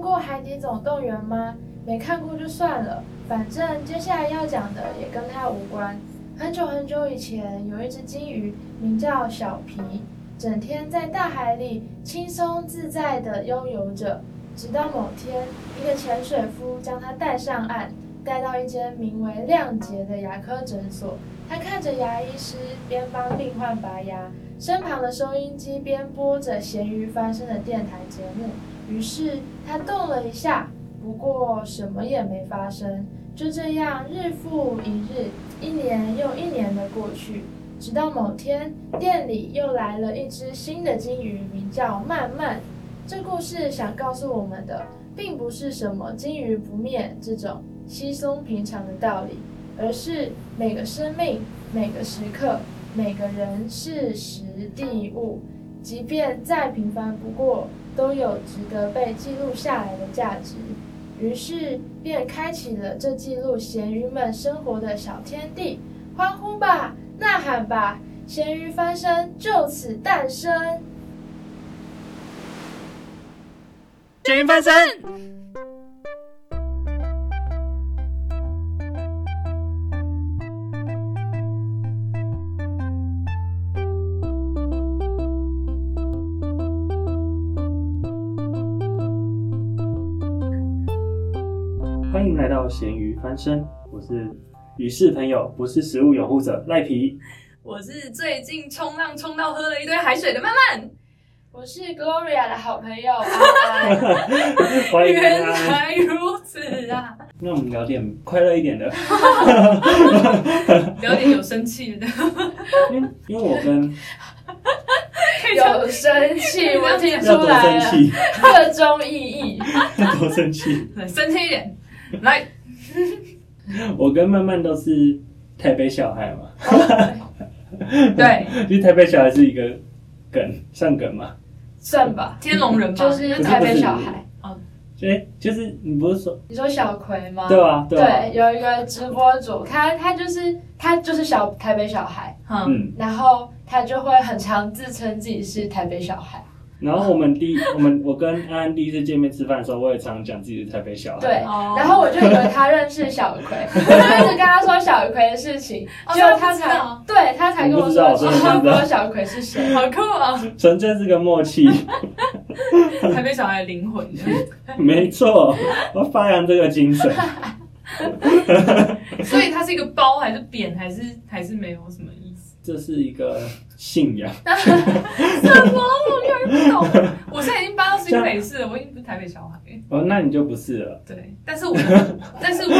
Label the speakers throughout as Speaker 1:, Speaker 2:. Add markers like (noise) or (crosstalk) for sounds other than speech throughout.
Speaker 1: 过《海底总动员》吗？没看过就算了，反正接下来要讲的也跟它无关。很久很久以前，有一只金鱼，名叫小皮，整天在大海里轻松自在地悠游着。直到某天，一个潜水夫将它带上岸，带到一间名为亮洁的牙科诊所。他看着牙医师边帮病患拔牙，身旁的收音机边播着咸鱼翻身的电台节目。于是他动了一下，不过什么也没发生。就这样日复一日，一年又一年的过去，直到某天，店里又来了一只新的金鱼，名叫曼曼。这故事想告诉我们的，并不是什么“金鱼不灭”这种稀松平常的道理，而是每个生命、每个时刻、每个人、事、时、地、物，即便再平凡不过，都有值得被记录下来的价值。于是便开启了这记录咸鱼们生活的小天地，欢呼吧，呐喊吧，咸鱼翻身就此诞生。
Speaker 2: 咸鱼翻身。欢迎来到咸鱼翻身，我是鱼是朋友，不是食物拥护者赖皮。
Speaker 3: 我是最近冲浪冲到喝了一堆海水的曼曼，
Speaker 1: 我是 Gloria 的好
Speaker 2: (laughs)
Speaker 1: 朋友安安。
Speaker 2: 欢迎
Speaker 3: 原
Speaker 2: 大家。
Speaker 3: 来如此啊！
Speaker 2: 那我们聊点快乐一点的，
Speaker 3: 有点有生气的，
Speaker 2: 因为因为我跟
Speaker 1: 有生气，我听
Speaker 2: 要
Speaker 1: 出
Speaker 2: 多
Speaker 1: 来
Speaker 2: 生
Speaker 1: 了，
Speaker 2: 气， (laughs)
Speaker 1: 各种意义。
Speaker 2: 要多生气。
Speaker 3: 来生气一点，来，
Speaker 2: 我跟曼曼都是台北小孩嘛，
Speaker 3: 对，
Speaker 2: (laughs) 其实台北小孩是一个梗，算梗嘛。
Speaker 1: 算吧，
Speaker 3: 天龙人吧， (laughs)
Speaker 1: 就是台北
Speaker 2: (laughs)
Speaker 1: 小孩。
Speaker 2: 所以就是你不是说
Speaker 1: 你说小葵吗？
Speaker 2: 对啊对啊，
Speaker 1: 对，有一个直播主，他他就是他就是小台北小孩，
Speaker 3: 嗯，
Speaker 2: 嗯。
Speaker 1: 然后他就会很常自称自己是台北小孩。
Speaker 2: 然后我们第一我们我跟安安第一次见面吃饭的时候，我也常讲自己是台北小孩。
Speaker 1: 对
Speaker 3: 哦
Speaker 1: 然后我就以为他认识小葵，我就一直跟他说小葵的事情，
Speaker 3: 哦
Speaker 1: 结果他
Speaker 3: 他不
Speaker 1: 才
Speaker 3: 知道
Speaker 1: 对他才跟
Speaker 2: 我
Speaker 1: 我
Speaker 2: 不知道
Speaker 1: 说，
Speaker 2: 我
Speaker 1: 其
Speaker 2: 真的
Speaker 1: 实他
Speaker 2: 不
Speaker 1: 不
Speaker 2: 知
Speaker 1: 知
Speaker 2: 道
Speaker 1: 道小葵是谁。
Speaker 3: 好酷啊！
Speaker 2: 纯粹是个默契，
Speaker 3: 台北小孩的灵魂， (laughs)
Speaker 2: (laughs) 没错，我发扬这个精神。 (laughs)
Speaker 3: 所以它是一个包还是扁还是还是没有什么意思？
Speaker 2: 这是一个信仰，
Speaker 3: 什么？我越来越不懂。我现在已经搬到新北市了，我已经不是台北小孩。
Speaker 2: 哦，那你就不是了。 (laughs)
Speaker 3: 对，但是我，但是我，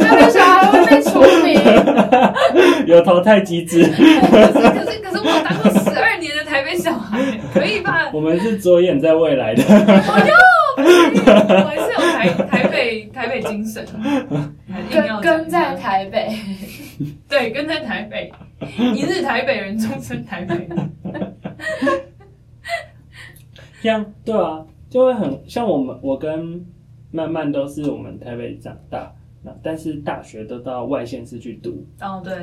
Speaker 1: 台北小孩会被除名，
Speaker 2: 有淘汰机制， (laughs)
Speaker 3: 可是可是可是我有当过十二年的台北小孩，可以吧？
Speaker 2: 我们是着眼在未来的。 (laughs)
Speaker 3: 我还是有台台北台北精神，还 (laughs) 硬要
Speaker 1: 跟
Speaker 3: 讲
Speaker 1: 跟在台北。
Speaker 3: 对跟在台北，一日台北人，终身台北。
Speaker 2: 像对啊，就会很像我们，我跟曼曼都是我们台北长大，那但是大学都到外县市去读，
Speaker 3: 哦，对，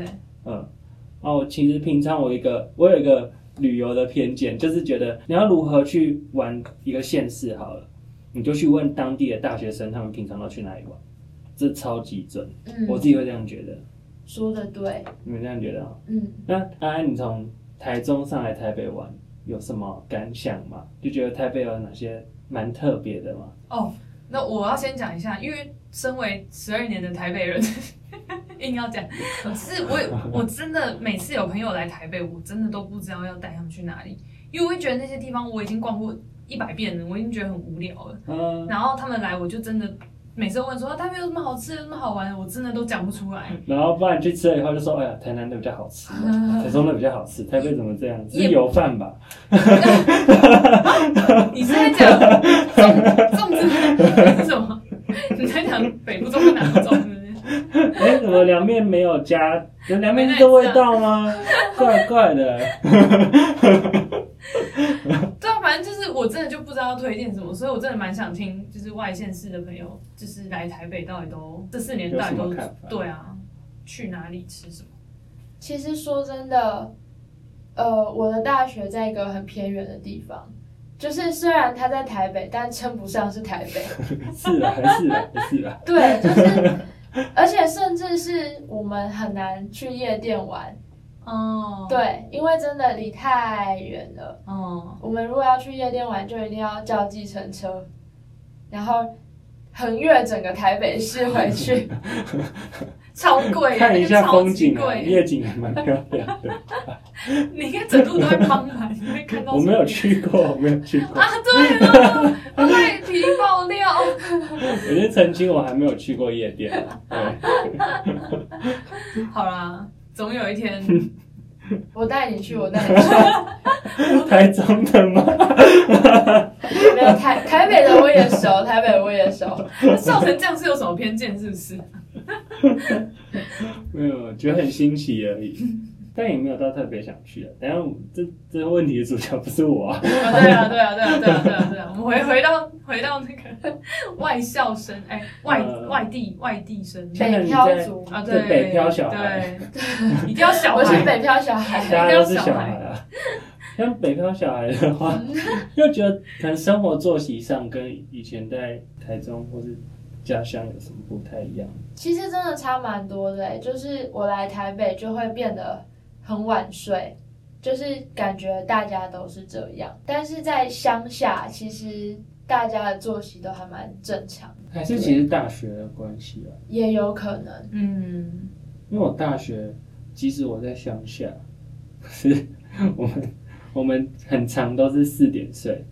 Speaker 2: 嗯，哦，其实平常我一个我有一个旅游的偏见，就是觉得你要如何去玩一个县市好了，你就去问当地的大学生，他们平常都去哪里玩，这超级准，我
Speaker 1: 嗯，
Speaker 2: 自己会这样觉得，
Speaker 1: 说的对，
Speaker 2: 你们这样觉得吗？
Speaker 1: 嗯，
Speaker 2: 那安安，你从台中上来台北玩，有什么感想吗？就觉得台北有哪些蛮特别的吗？
Speaker 3: 那我要先讲一下，因为身为十二年的台北人， (laughs) 硬要讲，就是我我真的每次有朋友来台北，我真的都不知道要带他们去哪里，因为我会觉得那些地方我已经逛过一百遍了，我已经觉得很无聊了。
Speaker 2: 嗯，
Speaker 3: 然后他们来，我就真的每次都问说啊台北有什么好吃的，有什么好玩的，我真的都讲不出来。
Speaker 2: 然后不然去吃了以后就说，哎呀，台南的比较好吃，
Speaker 3: (laughs)
Speaker 2: 台中的比较好吃，台北怎么这样？
Speaker 3: 也
Speaker 2: 是油饭吧？
Speaker 3: 你是在讲粽粽子吗还是什么？ (laughs) 你在讲北部粽跟南部粽是不是？
Speaker 2: 哎，怎么凉面没有加？凉面是这味道吗？
Speaker 3: (laughs)
Speaker 2: 怪怪的。 (laughs)
Speaker 3: 对啊，反正就是我真的就不知道要推荐什么，所以我真的蛮想听，就是外县市的朋友，就是来台北到底都这四年到底
Speaker 2: 有什
Speaker 3: 都
Speaker 2: 么看法
Speaker 3: 对啊，去哪里吃什么？
Speaker 1: 其实说真的，呃，我的大学在一个很偏远的地方，就是虽然他在台北，但称不上是台
Speaker 2: (laughs)
Speaker 1: 北。
Speaker 2: 是啦，还是啊啦，还是啦。
Speaker 1: 对，就是，而且甚至是我们很难去夜店玩，
Speaker 3: 哦，，
Speaker 1: 对，因为真的离太远了。
Speaker 3: 哦，
Speaker 1: 我们如果要去夜店玩，就一定要叫计程车，然后横越整个台北市回
Speaker 2: (laughs)
Speaker 1: 去。
Speaker 3: 超贵，啊
Speaker 2: 看一下风景
Speaker 3: 那
Speaker 2: 啊，
Speaker 3: 个超级贵，
Speaker 2: 夜景还蛮漂亮
Speaker 3: (laughs)
Speaker 2: 的。
Speaker 3: 你应该整路都会帮忙，你会看到。
Speaker 2: 我没有去过，我没有去过。
Speaker 3: 啊，对了，我会皮爆料。
Speaker 2: (laughs) 我觉得曾经我还没有去过夜店啊。对， (laughs)
Speaker 3: 好啦，总有一
Speaker 2: (laughs)
Speaker 3: 天，
Speaker 1: 我带你去，我带你去。
Speaker 2: 台中的吗？ (laughs)
Speaker 1: 没有台台北的我也熟，台北我也熟。
Speaker 3: 笑成这样是有什么偏见？是不是？
Speaker 2: 没有，觉得很新奇而 (laughs) 已。但也没有到特别想去啊。等一下我这这个问题的主角不是我啊。
Speaker 3: 啊，对啊，对啊，对啊，对啊，对啊，对啊，我们回回到回到那个 (laughs) 外校生，哎、外、
Speaker 2: 呃
Speaker 3: 外地外地生
Speaker 2: (laughs) 现在
Speaker 1: 北
Speaker 2: 你
Speaker 1: 漂
Speaker 2: 在
Speaker 1: 族，
Speaker 3: 啊，
Speaker 2: 对
Speaker 3: 对，
Speaker 2: 北漂小孩
Speaker 3: 对，一定要小
Speaker 1: 我是
Speaker 3: 孩，
Speaker 1: 北漂小孩。
Speaker 2: 大家都是小孩啊。 (laughs) 像北漂小孩的 (laughs) 话，又觉得可能生活作息上跟以前在台中或是家乡有什么不太一样？
Speaker 1: 其实真的差蛮多的、欸，就是我来台北就会变得很晚睡，就是感觉大家都是这样。但是在乡下，其实大家的作息都还蛮正常，
Speaker 2: 还是其实大学的关系啊？
Speaker 1: 也有可能
Speaker 3: 嗯，
Speaker 2: 因为我大学，即使我在乡下，可是 (laughs) 我们我们很长都是四点睡，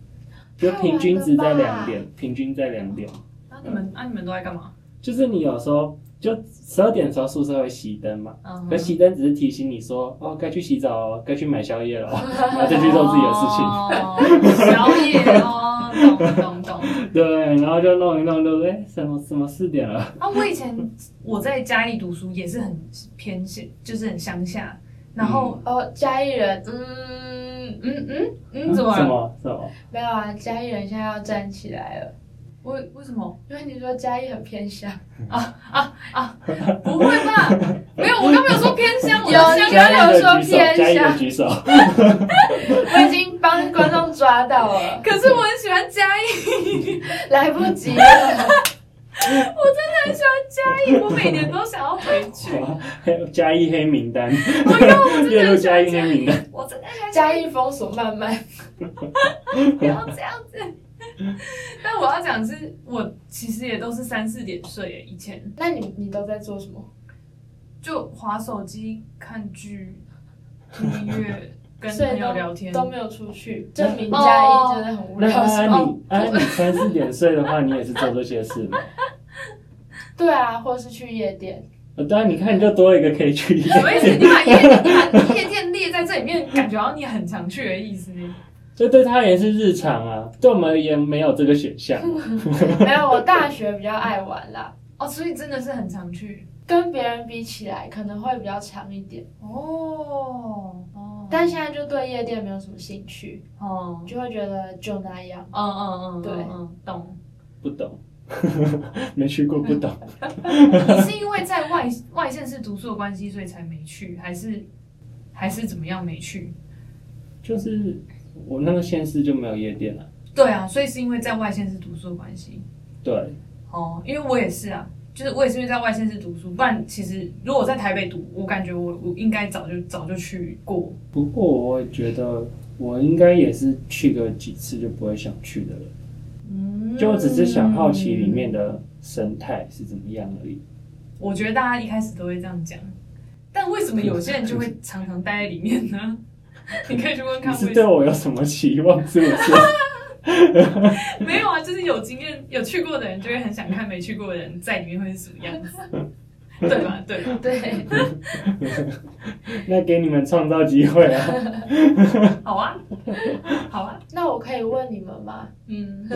Speaker 2: 就平均值在两
Speaker 3: 啊
Speaker 2: 点，平均在两点。
Speaker 3: 那、你们那、啊、你们都在干嘛？
Speaker 2: 就是你有时候就十二点的时候宿舍会熄灯嘛，
Speaker 3: 嗯
Speaker 2: 可熄灯只是提醒你说哦该去洗澡哦，该去买宵夜了哦，
Speaker 3: 嗯
Speaker 2: (laughs) 然后再去做自己的事
Speaker 3: 哦
Speaker 2: 情。
Speaker 3: 情，小野哦，懂懂懂。
Speaker 2: 对，然后就弄一弄，就哎，什么什么四点了？
Speaker 3: 啊，我以前我在家里读书也是很偏乡，就是很乡下，然后
Speaker 1: 哦。嘉义人，嗯，
Speaker 3: 嗯嗯嗯，怎么
Speaker 2: 什
Speaker 3: 了？
Speaker 2: 么什么？
Speaker 1: 没有啊，嘉义人现在要站起来了，
Speaker 3: 为为什么
Speaker 1: 因为你说嘉义很偏
Speaker 2: (laughs)
Speaker 1: 乡，
Speaker 3: 啊不会吧？没有，我刚没有说偏乡，我
Speaker 1: 有
Speaker 3: 说
Speaker 1: 你
Speaker 3: 乡
Speaker 1: 刚刚有说
Speaker 2: 嘉义的举手，嘉
Speaker 1: 偏
Speaker 2: 义的
Speaker 1: 乡，
Speaker 2: 举手。
Speaker 1: 我已经帮观众抓到了，
Speaker 3: 可是我很喜欢嘉义，
Speaker 1: 来不及了。
Speaker 2: (laughs)
Speaker 3: 我真的很喜欢嘉义，我每年都想要回去。
Speaker 2: 黑嘉义黑名单，
Speaker 3: 我因为我
Speaker 2: 列
Speaker 3: 真的
Speaker 2: 入
Speaker 3: 很喜
Speaker 2: 嘉义黑
Speaker 3: 欢嘉
Speaker 2: 名
Speaker 3: 义，
Speaker 2: 单。
Speaker 3: 我真的很喜
Speaker 1: 嘉
Speaker 3: 欢
Speaker 1: 义封锁慢慢，
Speaker 3: 不要这样子。但我要讲是，我其实也都是三四点睡耶，以前
Speaker 1: 那你你都在做什么？
Speaker 3: 就划手机、看剧、听音乐、跟
Speaker 1: 所以
Speaker 3: 朋
Speaker 1: 都
Speaker 3: 友聊天。嗯
Speaker 1: 都没有出去，证明嘉义真的很无
Speaker 2: 那
Speaker 1: 聊。
Speaker 2: 安安
Speaker 3: 哦
Speaker 2: 你，安安你三四点睡的话，你也是做这些事吗？
Speaker 1: (laughs) 对啊，或是去夜店，
Speaker 2: 呃当然，你看你就多了一个可以去夜
Speaker 3: 什么意思？
Speaker 2: 店，
Speaker 3: 你把夜店、你把夜店列在这里面，感觉到你很常去的意思呢？
Speaker 2: 这对他也是日常啊，对我们而言没有这个选项。啊
Speaker 1: 没有。我大学比较爱玩啦，
Speaker 3: 哦，所以真的是很常去
Speaker 1: 跟别人比起来可能会比较长一点，
Speaker 3: 哦哦，
Speaker 1: 但现在就对夜店没有什么兴趣，
Speaker 3: 哦，
Speaker 1: 就会觉得就那样。
Speaker 3: 嗯嗯嗯，
Speaker 1: 对
Speaker 3: 嗯，懂。
Speaker 2: 不懂， (laughs) 没去过不懂。
Speaker 3: 你是因为在外外县市读书的关系，所以才没去，还是还是怎么样没去？
Speaker 2: 就是我那个县市就没有夜店了、
Speaker 3: 对啊，所以是因为在外县市读书的关系。
Speaker 2: 对，
Speaker 3: 哦，因为我也是啊，就是我也是因为在外县市读书，不然其实如果我在台北读，我感觉我我应该早就早就去过。
Speaker 2: 不过我也觉得我应该也是去个几次就不会想去的了，
Speaker 3: 嗯
Speaker 2: 就我只是想好奇里面的生态是怎么样而已。
Speaker 3: 我觉得大家一开始都会这样讲，但为什么有些人就会常常待在里面呢？ (laughs) 你可以去问
Speaker 2: 你
Speaker 3: 看
Speaker 2: 是
Speaker 3: 为
Speaker 2: 对
Speaker 3: 什么。
Speaker 2: 我有什么期望？是不是？
Speaker 3: 没有啊，就是有经验、有去过的人就会很想看没去过的人在里面会是什么样子，对吧？对吧？
Speaker 1: 对，
Speaker 2: 那给你们创造机会啊！
Speaker 3: 好啊，好啊，
Speaker 1: (laughs) 那我可以问你们吗？
Speaker 3: 嗯，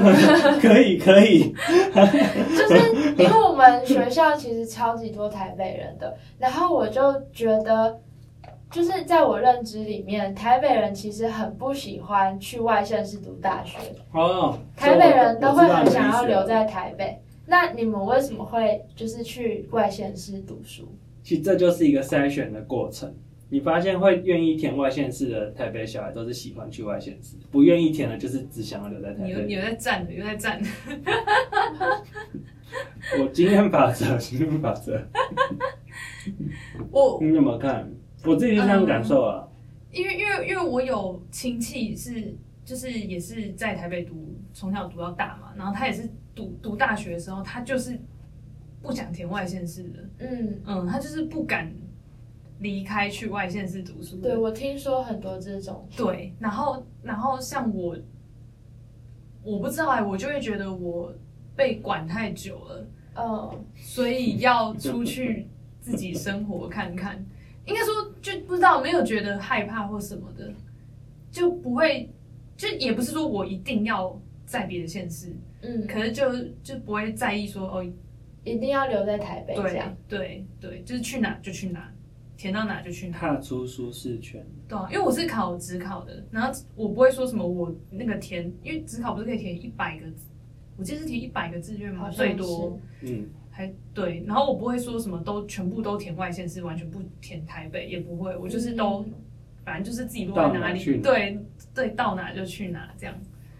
Speaker 2: 可以，可以。
Speaker 1: 就是因为我们学校其实超级多台北人的，然后我就觉得，就是在我认知里面，台北人其实很不喜欢去外县市读大学，
Speaker 2: 哦，
Speaker 1: 台北人都会很想要留
Speaker 2: 在。
Speaker 1: 在台北。那你们为什么会就是去外县市读书？
Speaker 2: 其实这就是一个筛选的过程。你发现会愿意填外县市的台北小孩都是喜欢去外县市，不愿意填的就是只想要留在台
Speaker 3: 你又
Speaker 2: 北。
Speaker 3: 有在站的，有在站的，
Speaker 2: 我经验法则，经验法则，
Speaker 3: 我
Speaker 2: 你怎么看？我自己是这样感受啊。
Speaker 3: 因为因为因为我有亲戚是就是也是在台北读，从小读到大嘛，然后他也是读读大学的时候，他就是不想填外县市的，
Speaker 1: 嗯，
Speaker 3: 嗯，他就是不敢离开去外县市读书的
Speaker 1: 对，我听说很多这种，
Speaker 3: 对，然后然后像我，我不知道哎、我就会觉得我被管太久了，
Speaker 1: 嗯，
Speaker 3: 所以要出去自己生活看看。应该说就不知道，没有觉得害怕或什么的，就不会，就也不是说我一定要在别的县市，
Speaker 1: 嗯，
Speaker 3: 可是就就不会在意说哦，
Speaker 1: 一定要留在台北这
Speaker 3: 对
Speaker 1: 样。
Speaker 3: 对对，就是去哪就去哪，填到哪就去哪。
Speaker 2: 踏出舒适圈，
Speaker 3: 对啊，因为我是考职考的，然后我不会说什么我那个填，因为职考不是可以填一百个字，我记得是填一百个志愿
Speaker 1: 好
Speaker 3: 吗？
Speaker 1: 像
Speaker 3: 最多
Speaker 1: 是
Speaker 2: 嗯，
Speaker 3: 还对，然后我不会说什么都全部都填外县市，完全不填台北，也不会，我就是都、
Speaker 1: 嗯
Speaker 3: 反正就是自己落在
Speaker 2: 到哪
Speaker 3: 里，
Speaker 2: 去哪
Speaker 3: 对对，到哪就去哪这样，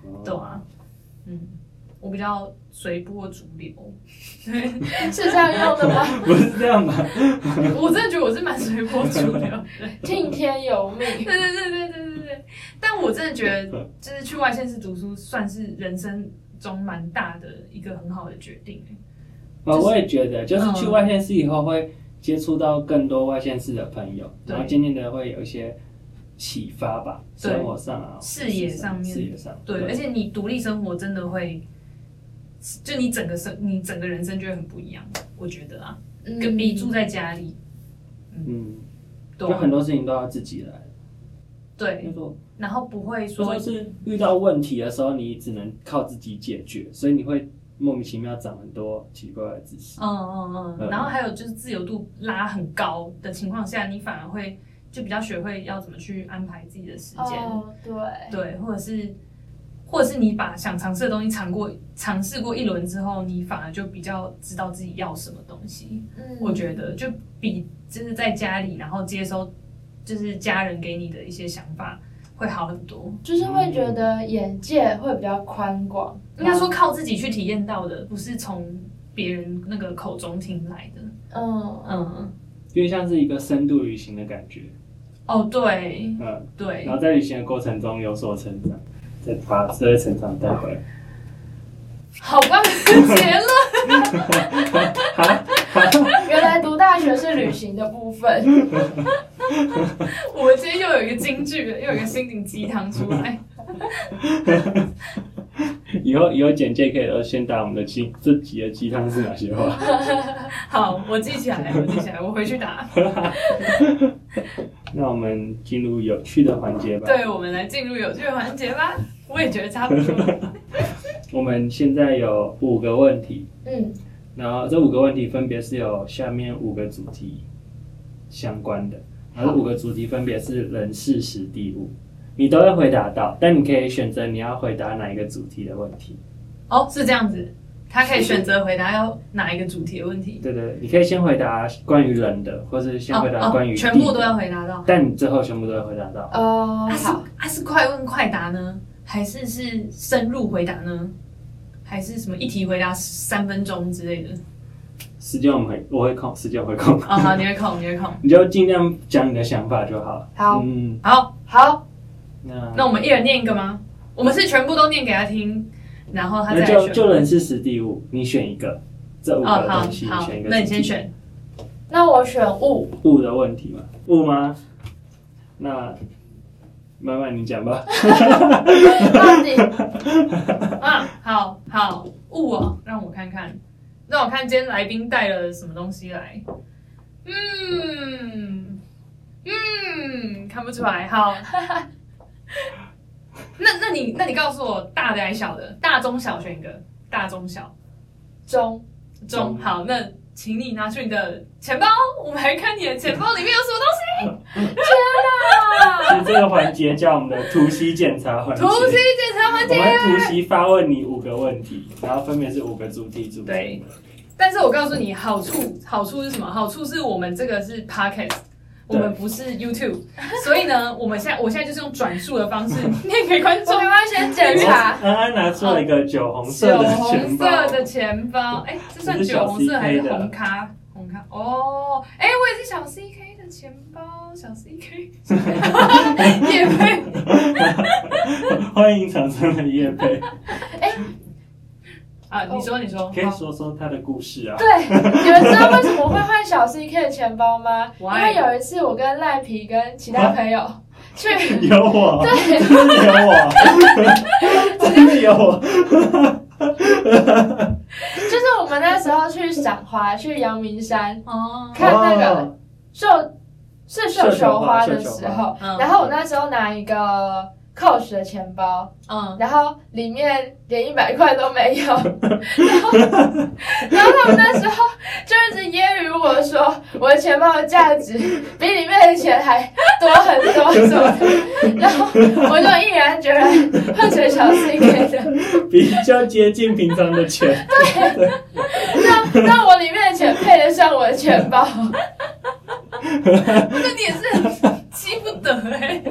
Speaker 2: 哦
Speaker 3: 对啊，嗯，我比较随波逐流，对。
Speaker 1: 嗯是这样用的
Speaker 3: (laughs)
Speaker 1: 吗？
Speaker 2: 不是这样吧？
Speaker 3: 我真的觉得我是蛮随波逐流，对
Speaker 1: 听天由命。
Speaker 3: 对 (laughs) 对对对对对对。但我真的觉得，就是去外县市读书，算是人生中蛮大的一个很好的决定、欸。
Speaker 2: 啊，
Speaker 3: 就是
Speaker 2: 我也觉得，就是去
Speaker 3: 嗯
Speaker 2: 外县市以后会接触到更多外县市的朋友，
Speaker 3: 对
Speaker 2: 然后渐渐的会有一些启发吧，
Speaker 3: 对
Speaker 2: 生活上啊，
Speaker 3: 视野上面
Speaker 2: 视野上，
Speaker 3: 对，哎而且你独立生活真的会，就你整个生，你整个人生就会很不一样。我觉得啊，
Speaker 1: 嗯
Speaker 3: 跟比住在家里，
Speaker 2: 嗯，
Speaker 3: 对
Speaker 2: 就
Speaker 3: 啊
Speaker 2: 很多事情都要自己来。
Speaker 3: 对
Speaker 2: 就，说
Speaker 3: 然后嗯不会
Speaker 2: 就
Speaker 3: 说
Speaker 2: 说是遇到问题的时候，你只能靠自己解决，所以你会莫名其妙长很多奇怪的知识。
Speaker 3: 嗯嗯嗯，
Speaker 2: 嗯
Speaker 3: 然后还有就是自由度拉很高的情况下，你反而会就比较学会要怎么去安排自己的时间。
Speaker 1: 哦，对，
Speaker 3: 对，或者是，或者是你把想尝试的东西尝过、尝试过一轮之后，你反而就比较知道自己要什么东西。
Speaker 1: 嗯，
Speaker 3: 我觉得就比就是在家里，然后接收就是家人给你的一些想法会好很多。
Speaker 1: 就是会觉得眼界会比较宽广，
Speaker 3: 应该说靠自己去体验到的，不是从别人那个口中听来的。
Speaker 1: 嗯，
Speaker 3: 嗯，
Speaker 2: 因为像是一个深度旅行的感觉，
Speaker 3: 哦，对
Speaker 2: 嗯，
Speaker 3: 对
Speaker 2: 然，后在旅行的过程中有所成长，再把这些成长带回来。
Speaker 3: 好吧，结论。 (laughs)
Speaker 1: 原来读大学是旅行的部分，
Speaker 3: 我们今天又有一个京剧了，又有一个心灵鸡汤出来。
Speaker 2: 以后以后简介可以呃先打我们的鸡，这集的鸡汤是哪些话？ (laughs)
Speaker 3: 好，我记起来，我记起来，我回去打。
Speaker 2: 那我们进入有趣的环节吧。
Speaker 3: 对，我们来进入有趣的环节吧。 (laughs) 我也觉得差不多
Speaker 2: (laughs)
Speaker 3: 了。
Speaker 2: 我们现在有五个问题，
Speaker 1: 嗯，
Speaker 2: 然后这五个问题分别是有下面五个主题相关的，然后这五个主题分别是人、事、时、地、物，你都会回答到，但你可以选择你要回答哪一个主题的问题。
Speaker 3: 哦，是这样子，他可以选择回答要哪一个主题的问题。
Speaker 2: 对对，对你可以先回答关于人的，或是先回答关于、
Speaker 3: 哦全部都要，回答到。
Speaker 2: 但你最后全部都会回答到。
Speaker 1: 哦，
Speaker 3: 啊是
Speaker 1: 好，
Speaker 3: 啊是快问快答呢，还是是深入回答呢？还是什么一题回答三分钟之类的？
Speaker 2: 时间我们会我会控，时间我会控。
Speaker 3: 啊、好，你会考，你会考。
Speaker 2: 你就尽量讲你的想法就好。
Speaker 1: 好
Speaker 2: 嗯，
Speaker 3: 好，
Speaker 1: 好，
Speaker 2: 那
Speaker 3: 那我们一人念一个吗？我们是全部都念给他听，然后他再
Speaker 2: 那
Speaker 3: 来
Speaker 2: 就
Speaker 3: 选
Speaker 2: 就人事实地物，你选一个，这五
Speaker 3: 哦，
Speaker 2: 个
Speaker 3: 好
Speaker 2: 东西、你
Speaker 3: 好
Speaker 2: 选一，个。
Speaker 3: 那你先。选。
Speaker 1: 那我选物，
Speaker 2: 物的问题嘛，物吗？那慢慢你讲吧。
Speaker 1: 到底
Speaker 3: 啊，好好物哦，让我看看，让我看今天来宾带了什么东西来。嗯嗯，看不出来。好，那那你那你告诉我大的还是小的？大中小选一个，大中小
Speaker 1: 中
Speaker 3: 中。
Speaker 2: 中
Speaker 3: 好，那请你拿出你的钱包，我们来看你的钱包里面有什么东西。
Speaker 2: 所以这个环节叫我们的突袭检查环节。
Speaker 3: 突击检查环
Speaker 2: 我
Speaker 3: 节。
Speaker 2: 们突袭发问你五个问题，然后分别是五个主题组成
Speaker 3: 对但是我告诉你，好处好处是什么？好处是我们这个是 podcast，我们不是 YouTube，所以呢，我们现在我现在就是用转述的
Speaker 2: (laughs)
Speaker 3: 方式念给观
Speaker 1: 我
Speaker 3: 众
Speaker 1: 们。要先检
Speaker 2: 我
Speaker 1: 查，
Speaker 2: 安安拿出了一个酒红色
Speaker 3: 酒
Speaker 2: 的
Speaker 3: 红
Speaker 2: 钱包，
Speaker 3: 色的钱包，哎、这算酒红色还是红咖？红咖哦，哎、我也是小 CK 的钱包，小 CK
Speaker 2: (laughs)
Speaker 3: 也配。
Speaker 2: 欢迎厂商的叶佩，
Speaker 3: 啊，你说你说，
Speaker 2: 可以说说他的故事啊。
Speaker 1: 对，你们知道为什么会换小 CK 的钱包吗？因
Speaker 3: Why？
Speaker 1: 为有一次我跟赖皮跟其他朋友 (laughs) 去，
Speaker 2: 有我，
Speaker 1: 对，
Speaker 2: 真的有我， (laughs) 真的有我，
Speaker 1: 就是我们那时候去赏花，去阳明山
Speaker 3: 哦，
Speaker 1: 看那个
Speaker 2: 哦
Speaker 1: 绣是绣球花的时
Speaker 2: 绣球
Speaker 1: 候，
Speaker 3: 嗯
Speaker 1: 然后我那时候拿一个 Coach 的钱包，
Speaker 3: 嗯，
Speaker 1: 然后里面连一百块都没有，然后 (laughs) 然后他们那时候就一直揶揄我说我的钱包的价值比里面的钱还多很多什么的，然后我就毅然决然换成小 CK 的，
Speaker 2: 比较接近平常的钱。
Speaker 1: 让让我里面的钱配得上我的钱包，
Speaker 3: 那你也是很记不得
Speaker 2: (laughs)
Speaker 3: 哎、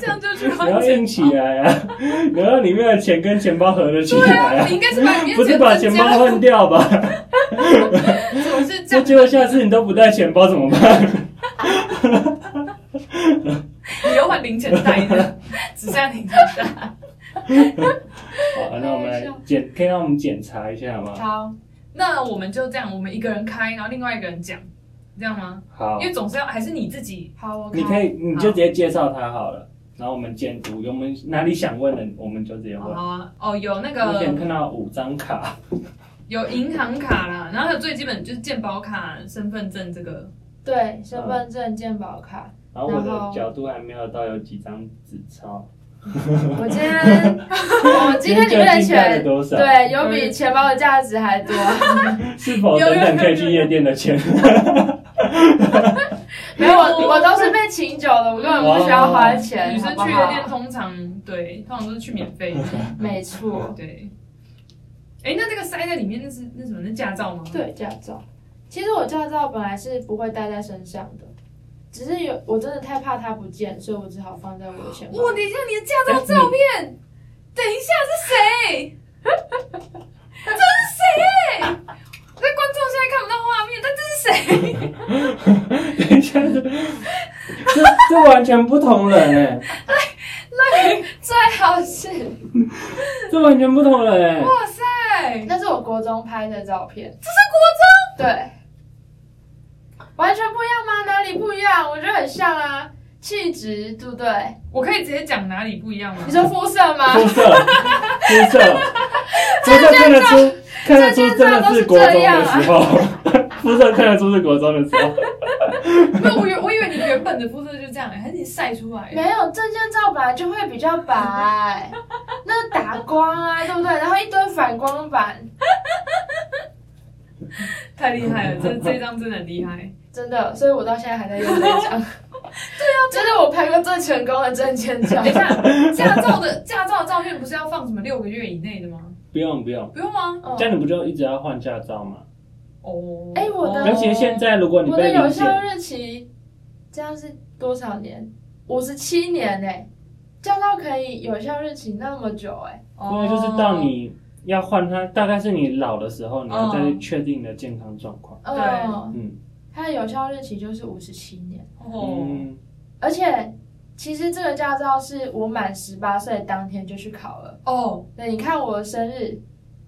Speaker 3: 这样就去
Speaker 2: 你
Speaker 3: 换
Speaker 2: 要
Speaker 3: 钱
Speaker 2: 硬起来啊！
Speaker 3: (laughs)
Speaker 2: 你要让里面的钱跟钱包合得起
Speaker 3: 对
Speaker 2: 来
Speaker 3: 啊，
Speaker 2: 啊！
Speaker 3: 你应该是把里面
Speaker 2: 不是把钱
Speaker 3: 增
Speaker 2: 包
Speaker 3: 加，
Speaker 2: 换掉吧？
Speaker 3: 怎么是 (laughs) 这
Speaker 2: 那
Speaker 3: 样？
Speaker 2: 结果下次你都不带钱包怎么
Speaker 3: (laughs)
Speaker 2: 办？
Speaker 3: 你又换零钱
Speaker 2: (laughs)
Speaker 3: 袋的，只剩下零钱袋。
Speaker 2: 好，那我们来检，可以让我们检查一下吗？
Speaker 1: 好，
Speaker 3: 那我们就这样，我们一个人开，然后另外一个人讲，这样吗？
Speaker 2: 好
Speaker 3: 因，为总是要还是你自己
Speaker 1: 好，我
Speaker 2: 你可
Speaker 1: 看
Speaker 2: 以，你就直接介绍他好了。然后我们监督，我们哪里想问的，我们就直接问。
Speaker 3: 啊，哦，有那
Speaker 2: 目前
Speaker 3: 个
Speaker 2: 看到五张卡，
Speaker 3: 有银行卡啦，然后还有最基本就是健保卡、身份证这个。
Speaker 1: 对身份证、健保卡，
Speaker 2: 然后我
Speaker 1: 然
Speaker 2: 的
Speaker 1: 后
Speaker 2: 角度还没有到有几张纸钞。
Speaker 1: 我今天 (laughs) 我今天里面的
Speaker 2: 究竟带了
Speaker 1: 钱。
Speaker 2: 多少？，
Speaker 1: 对，有比钱包的价值还多。
Speaker 2: 是否等等可以去夜店的钱？ (laughs)
Speaker 1: 没有，我我都是被请酒的，我根本不需要花钱，
Speaker 3: 女生
Speaker 1: 好
Speaker 3: 去
Speaker 1: 不
Speaker 3: 夜店
Speaker 1: 好？
Speaker 3: 通常对，通常都是去免费的。
Speaker 1: 没错，
Speaker 2: (laughs)
Speaker 3: 对。哎，那这个塞在里面，那是那什么？那驾照吗？。
Speaker 1: 对驾照。其实我驾照本来是不会带在身上的，只是有我真的太怕它不见，所以我只好放在我的钱包。
Speaker 3: 哇，等一下，你的驾照照片，等一下是谁？这是谁？那观众现在看不到画面，但这
Speaker 2: 等
Speaker 3: 是谁？
Speaker 2: 一下，这这这完全不同人哎，
Speaker 1: 最好是，
Speaker 2: 这完全不同人哎。
Speaker 3: 哇塞！
Speaker 1: (laughs) 那是我国中拍的照片。这是国中？对，完全不一样吗？哪里不一样？我觉得很像啊，气质对不对？
Speaker 3: 我可以直接讲哪里不一样吗
Speaker 1: (laughs) 你？说肤色吗？
Speaker 2: 肤色，肤
Speaker 3: (laughs)
Speaker 2: 色，肤色看得出，看得出真的是国中的
Speaker 3: 啊
Speaker 2: 时候， (laughs) 肤色看得出是国中的时候。
Speaker 3: 没有，我以为我以为你原本的肤色就这样、哎还是你晒出
Speaker 1: (laughs)
Speaker 3: 来的？
Speaker 1: 没有证件照本来就会比较 (laughs) 白，那打光啊，对不对？然后一堆反光板，
Speaker 3: 太厉害了，这这张真的很厉害。
Speaker 1: 真的，所以我到现在还在用这 (laughs) 张。对啊，这是我拍过最成功的证件照
Speaker 3: 等。一下，驾照的驾照的照片不是要放什么六个月以内的吗？
Speaker 2: 不用不用，
Speaker 3: 不用吗？
Speaker 1: 哦
Speaker 2: 这样你不就一直要换驾照吗？
Speaker 3: 哦，
Speaker 1: 哎我的
Speaker 2: 而且现在如果你
Speaker 1: 我
Speaker 2: 被
Speaker 1: 的有
Speaker 2: 临
Speaker 1: 效
Speaker 2: 检，
Speaker 1: 日期，这样是多少年？五十七年欸呢、驾照可以有效日期那么久哎、
Speaker 3: 哦
Speaker 2: 因为就是到你要换它，大概是你老的时候，你
Speaker 3: 哦
Speaker 2: 要再确定你的健康状况。
Speaker 1: 嗯，
Speaker 2: 嗯
Speaker 1: 它的有效日期就是五十七年。
Speaker 3: 哦，
Speaker 2: 嗯，
Speaker 1: 而且其实这个驾照是我满十八岁当天就去考了。
Speaker 3: 哦
Speaker 1: 那你看我的生日